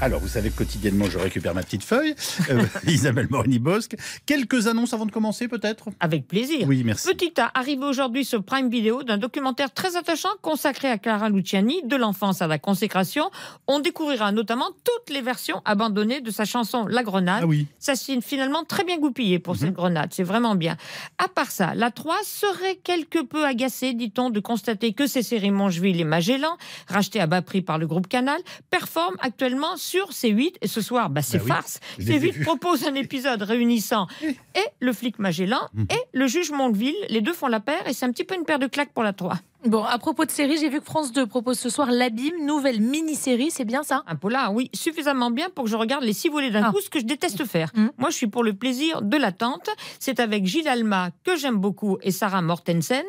Alors, vous savez, que quotidiennement, je récupère ma petite feuille. Euh, Isabelle Morini-Bosque. Quelques annonces avant de commencer, peut-être Avec plaisir. Oui, merci. Petit A, arrivé aujourd'hui sur Prime Video d'un documentaire très attachant consacré à Clara Luciani, de l'enfance à la consécration. On découvrira notamment toutes les versions abandonnées de sa chanson La Grenade. Ah oui. Ça s'est finalement très bien goupillé Mhm. pour cette grenade, c'est vraiment bien. À part ça, la 3 serait quelque peu agacée, dit-on, de constater que ces séries Mongeville et Magellan, rachetées à bas prix par le groupe Canal, performent actuellement sur C8. Et ce soir, bah, c'est Bah oui, farce. je les ai C8 vus. propose un épisode réunissant et le flic Magellan Mhm. et le juge Mongeville. Les deux font la paire et c'est un petit peu une paire de claques pour la 3. Bon, à propos de séries, j'ai vu que France 2 propose ce soir L'Abîme, nouvelle mini-série, c'est bien ça Un polar, oui, suffisamment bien pour que je regarde les six volets d'un Ah. coup, ce que je déteste faire. Mm. Moi, je suis pour le plaisir de l'attente. C'est avec Gilles Alma, que j'aime beaucoup, et Sarah Mortensen.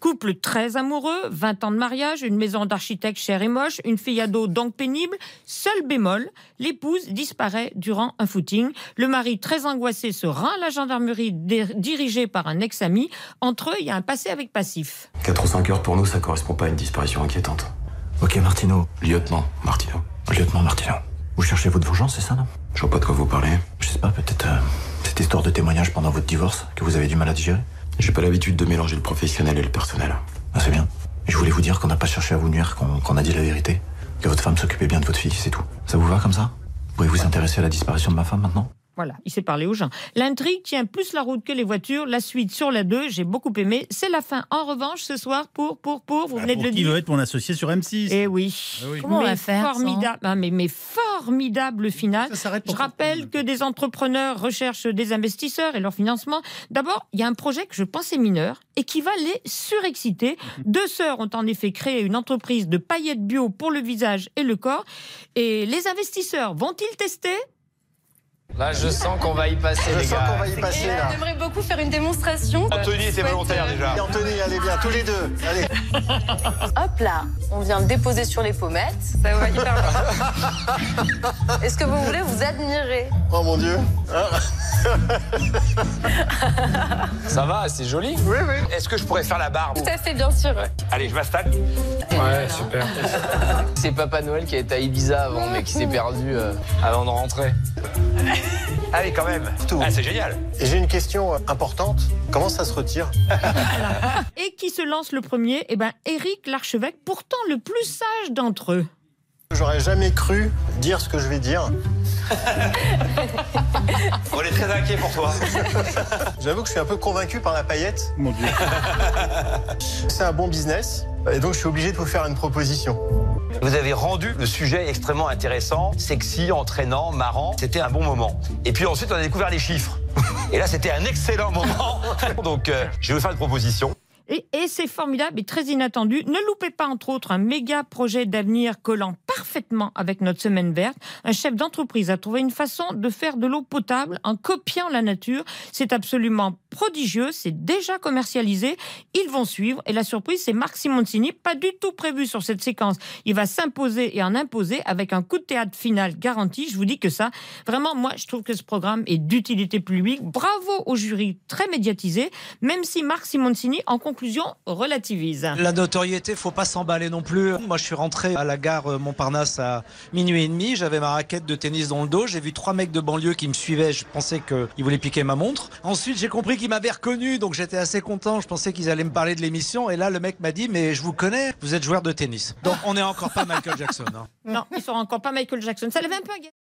Couple très amoureux, 20 ans de mariage, une maison d'architecte chère et moche, une fille ado donc pénible. Seul bémol, l'épouse disparaît durant un footing. Le mari très angoissé se rend à la gendarmerie dé- dirigée par un ex-ami. Entre eux, il y a un passé avec passif. 4 ou 5 heures pour nous, ça correspond pas à une disparition inquiétante. Ok, Martino. Lieutenant Martino. Lieutenant Martino. Vous cherchez votre vengeance, c'est ça, non Je vois pas de quoi vous parlez. Je sais pas, peut-être euh, cette histoire de témoignage pendant votre divorce que vous avez du mal à digérer J'ai pas l'habitude de mélanger le professionnel et le personnel. Ah, c'est bien. Je voulais vous dire qu'on n'a pas cherché à vous nuire, qu'on qu'on a dit la vérité. Que votre femme s'occupait bien de votre fille, c'est tout. Ça vous va comme ça Vous pouvez vous intéresser à la disparition de ma femme maintenant Voilà, il s'est parlé aux gens. L'intrigue tient plus la route que les voitures. La suite sur la 2, j'ai beaucoup aimé. C'est la fin. En revanche, ce soir, pour, pour, pour, vous Bah, venez de pour le qui dire. veut être mon associé sur M6 Eh oui. Ah oui. Comment on mais va faire, ça hein formidable, Ah, mais, mais formidable finale. Ça hein. s'arrête Je pour- rappelle que des entrepreneurs recherchent des investisseurs et leur financement. D'abord, il y a un projet que je pensais mineur et qui va les surexciter. Mhm. Deux sœurs ont en effet créé une entreprise de paillettes bio pour le visage et le corps. Et les investisseurs vont-ils tester Là, je sens qu'on va y passer, Je les sens qu'on gars. va y passer Et là. on aimerait beaucoup faire une démonstration. Anthony était Souhaite, volontaire euh, déjà. Et Anthony, allez bien, tous les deux. Allez. Hop là, on vient le déposer sur les pommettes. Ça va hyper bien. Est-ce que vous voulez vous admirer Oh mon Dieu. Ça va, c'est joli. Oui, oui. Est-ce que je pourrais faire la barbe Tout à fait, bien sûr. Allez, je m'installe. Ouais, super. C'est Papa Noël qui était à Ibiza avant, mais qui s'est perdu euh, avant de rentrer. Allez, quand même. Tout. Ah, c'est génial. Et j'ai une question euh, importante. Comment ça se retire Et qui se lance le premier Eh ben, Éric l'archevêque, pourtant le plus sage d'entre eux. J'aurais jamais cru dire ce que je vais dire. On est très inquiets pour toi. J'avoue que je suis un peu convaincu par la paillette. Mon Dieu. C'est un bon business. Et donc je suis obligé de vous faire une proposition. Vous avez rendu le sujet extrêmement intéressant, sexy, entraînant, marrant. C'était un bon moment. Et puis ensuite, on a découvert les chiffres. Et là, c'était un excellent moment. Donc, euh, je vais vous faire une proposition. Et, et c'est formidable et très inattendu. Ne loupez pas, entre autres, un méga projet d'avenir collant parfaitement avec notre semaine verte. Un chef d'entreprise a trouvé une façon de faire de l'eau potable en copiant la nature. C'est absolument prodigieux, c'est déjà commercialisé. Ils vont suivre. Et la surprise, c'est Marc Simoncini, pas du tout prévu sur cette séquence. Il va s'imposer et en imposer avec un coup de théâtre final garanti. Je vous dis que ça, vraiment, moi, je trouve que ce programme est d'utilité publique. Bravo au jury, très médiatisé même si Marc Simoncini, en conclusion, relativise. La notoriété, faut pas s'emballer non plus. Moi, je suis rentré à la gare euh, Montparnasse à minuit et demi. J'avais ma raquette de tennis dans le dos. J'ai vu trois mecs de banlieue qui me suivaient. Je pensais qu'ils voulaient piquer ma montre. Ensuite, j'ai compris qu'ils m'avaient reconnu. Donc, j'étais assez content. Je pensais qu'ils allaient me parler de l'émission. Et là, le mec m'a dit, mais je vous connais. Vous êtes joueur de tennis. Donc, on n'est encore pas Michael Jackson. hein. Non, ils ne seront encore pas Michael Jackson. Ça l'avait un peu agacé.